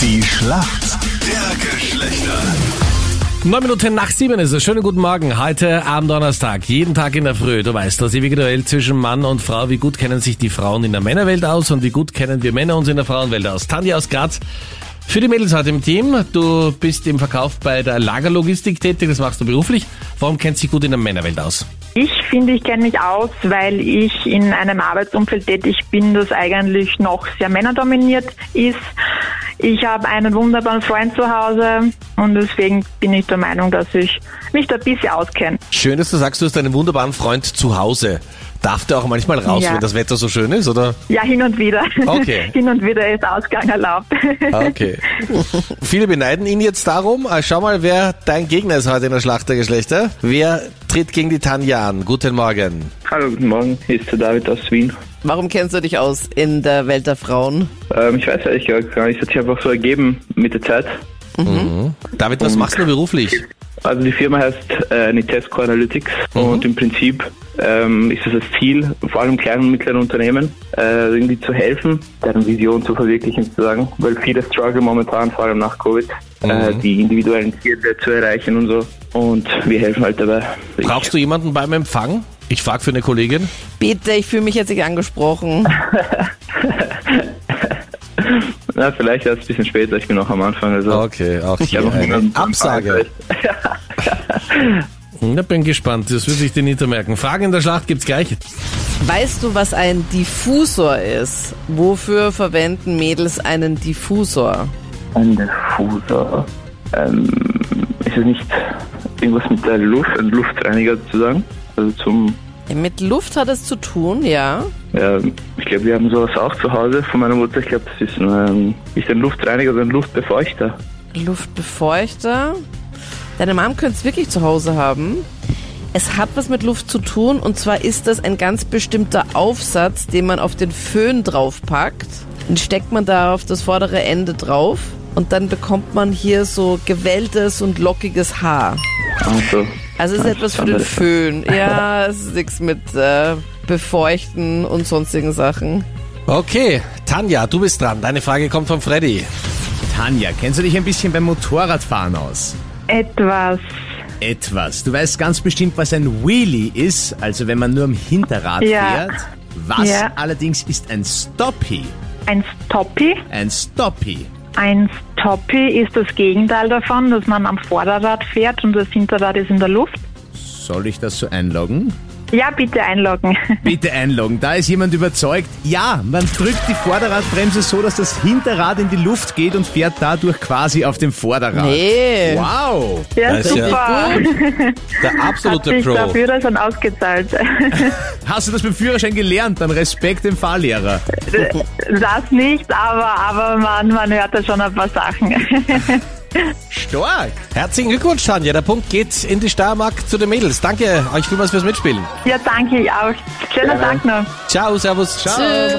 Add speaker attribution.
Speaker 1: Die Schlacht der Geschlechter.
Speaker 2: Neun Minuten nach sieben ist es. Schönen guten Morgen. Heute am Donnerstag. Jeden Tag in der Früh. Du weißt, das ewige Duell zwischen Mann und Frau. Wie gut kennen sich die Frauen in der Männerwelt aus und wie gut kennen wir Männer uns in der Frauenwelt aus. Tanja aus Graz. Für die Mädels heute im Team. Du bist im Verkauf bei der Lagerlogistik tätig. Das machst du beruflich. Warum kennst du dich gut in der Männerwelt aus?
Speaker 3: Ich finde, ich kenne mich aus, weil ich in einem Arbeitsumfeld tätig bin, das eigentlich noch sehr männerdominiert ist. Ich habe einen wunderbaren Freund zu Hause und deswegen bin ich der Meinung, dass ich mich da ein bisschen auskenne.
Speaker 2: Schön, dass du sagst, du hast einen wunderbaren Freund zu Hause. Darf der auch manchmal raus,
Speaker 3: Ja.
Speaker 2: wenn das Wetter so schön ist, oder?
Speaker 3: Ja, hin und wieder.
Speaker 2: Okay.
Speaker 3: hin und wieder ist Ausgang erlaubt.
Speaker 2: Ah, Okay. Viele beneiden ihn jetzt darum. Äh, Schau mal, wer dein Gegner ist heute in der Schlacht der Geschlechter. Wer tritt gegen die Tanja an? Guten Morgen.
Speaker 4: Hallo, guten Morgen. Hier ist der David aus Wien.
Speaker 5: Warum kennst du dich aus in der Welt der Frauen?
Speaker 4: Ähm, ich weiß ehrlich gesagt gar nicht, es hat sich einfach so ergeben mit der Zeit.
Speaker 2: David, was machst du beruflich?
Speaker 4: Also die Firma heißt äh, Nitesco Analytics
Speaker 2: Mhm.
Speaker 4: und im Prinzip ähm, ist es das Ziel, vor allem kleinen und mittleren Unternehmen, äh, irgendwie zu helfen, deren Vision zu verwirklichen sozusagen, weil viele struggle momentan, vor allem nach Covid, äh,
Speaker 2: Mhm.
Speaker 4: die individuellen Ziele zu erreichen und so. Und wir helfen halt dabei.
Speaker 2: Brauchst du jemanden beim Empfang? Ich frage für eine Kollegin.
Speaker 5: Bitte, ich fühle mich jetzt nicht angesprochen.
Speaker 4: Na, vielleicht erst ein bisschen später, ich bin noch am Anfang. Also
Speaker 2: Okay, auch
Speaker 4: ich habe
Speaker 2: hier
Speaker 4: noch
Speaker 2: eine
Speaker 4: niemanden-
Speaker 2: Absage. Na, bin gespannt. Das wird sich die Nita merken. Fragen in der Schlacht gibt's gleich.
Speaker 5: Weißt du, was ein Diffusor ist? Wofür verwenden Mädels einen Diffusor?
Speaker 4: Ein Diffuser. Ähm, ist es nicht irgendwas mit der Luft, ein Luftreiniger sozusagen? Also zum,
Speaker 5: Mit Luft hat es zu tun, ja.
Speaker 4: ja, ich glaube, wir haben sowas auch zu Hause von meiner Mutter. Ich glaube, das ist ein, ähm, nicht ein Luftreiniger, sondern ein Luftbefeuchter.
Speaker 5: Luftbefeuchter. Deine Mom könnte es wirklich zu Hause haben. Es hat was mit Luft zu tun und zwar ist das ein ganz bestimmter Aufsatz, den man auf den Föhn draufpackt. Dann steckt man da auf das vordere Ende drauf und dann bekommt man hier so gewelltes und lockiges Haar.
Speaker 4: Also,
Speaker 5: Also es ist etwas für den Föhn. Ja, es ist nichts mit äh, Befeuchten und sonstigen Sachen.
Speaker 2: Okay, Tanja, du bist dran. Deine Frage kommt von Freddy.
Speaker 6: Tanja, kennst du dich ein bisschen beim Motorradfahren aus?
Speaker 3: Etwas.
Speaker 6: Etwas. Du weißt ganz bestimmt, was ein Wheelie ist, also wenn man nur am Hinterrad
Speaker 3: Ja.
Speaker 6: fährt. Was
Speaker 3: Ja.
Speaker 6: allerdings ist ein Stoppie?
Speaker 3: Ein Stoppie.
Speaker 6: Ein Stoppie.
Speaker 3: Ein Stoppie ist das Gegenteil davon, dass man am Vorderrad fährt und das Hinterrad ist in der Luft.
Speaker 6: Soll ich das so einloggen?
Speaker 3: Ja, bitte einloggen.
Speaker 6: Bitte einloggen. Da ist jemand überzeugt. Ja, man drückt die Vorderradbremse so, dass das Hinterrad in die Luft geht und fährt dadurch quasi auf dem Vorderrad.
Speaker 5: Nee.
Speaker 6: Wow.
Speaker 3: Ja,
Speaker 2: Das ist ja
Speaker 3: super.
Speaker 2: Der
Speaker 3: Hat
Speaker 2: absolute
Speaker 3: sich der
Speaker 2: Pro.
Speaker 3: Führerschein ausgezahlt.
Speaker 6: Hast du das beim Führerschein gelernt? Dann Respekt dem Fahrlehrer.
Speaker 3: Das nicht, aber, aber man, man hört da schon ein paar Sachen.
Speaker 6: Stark.
Speaker 2: Herzlichen Glückwunsch, Tanja. Der Punkt geht in die Steiermark zu den Mädels. Danke euch vielmals fürs Mitspielen.
Speaker 3: Ja, danke, ich auch. Schönen Tag noch.
Speaker 2: Ciao, servus.
Speaker 6: Ciao.
Speaker 5: Tschüss.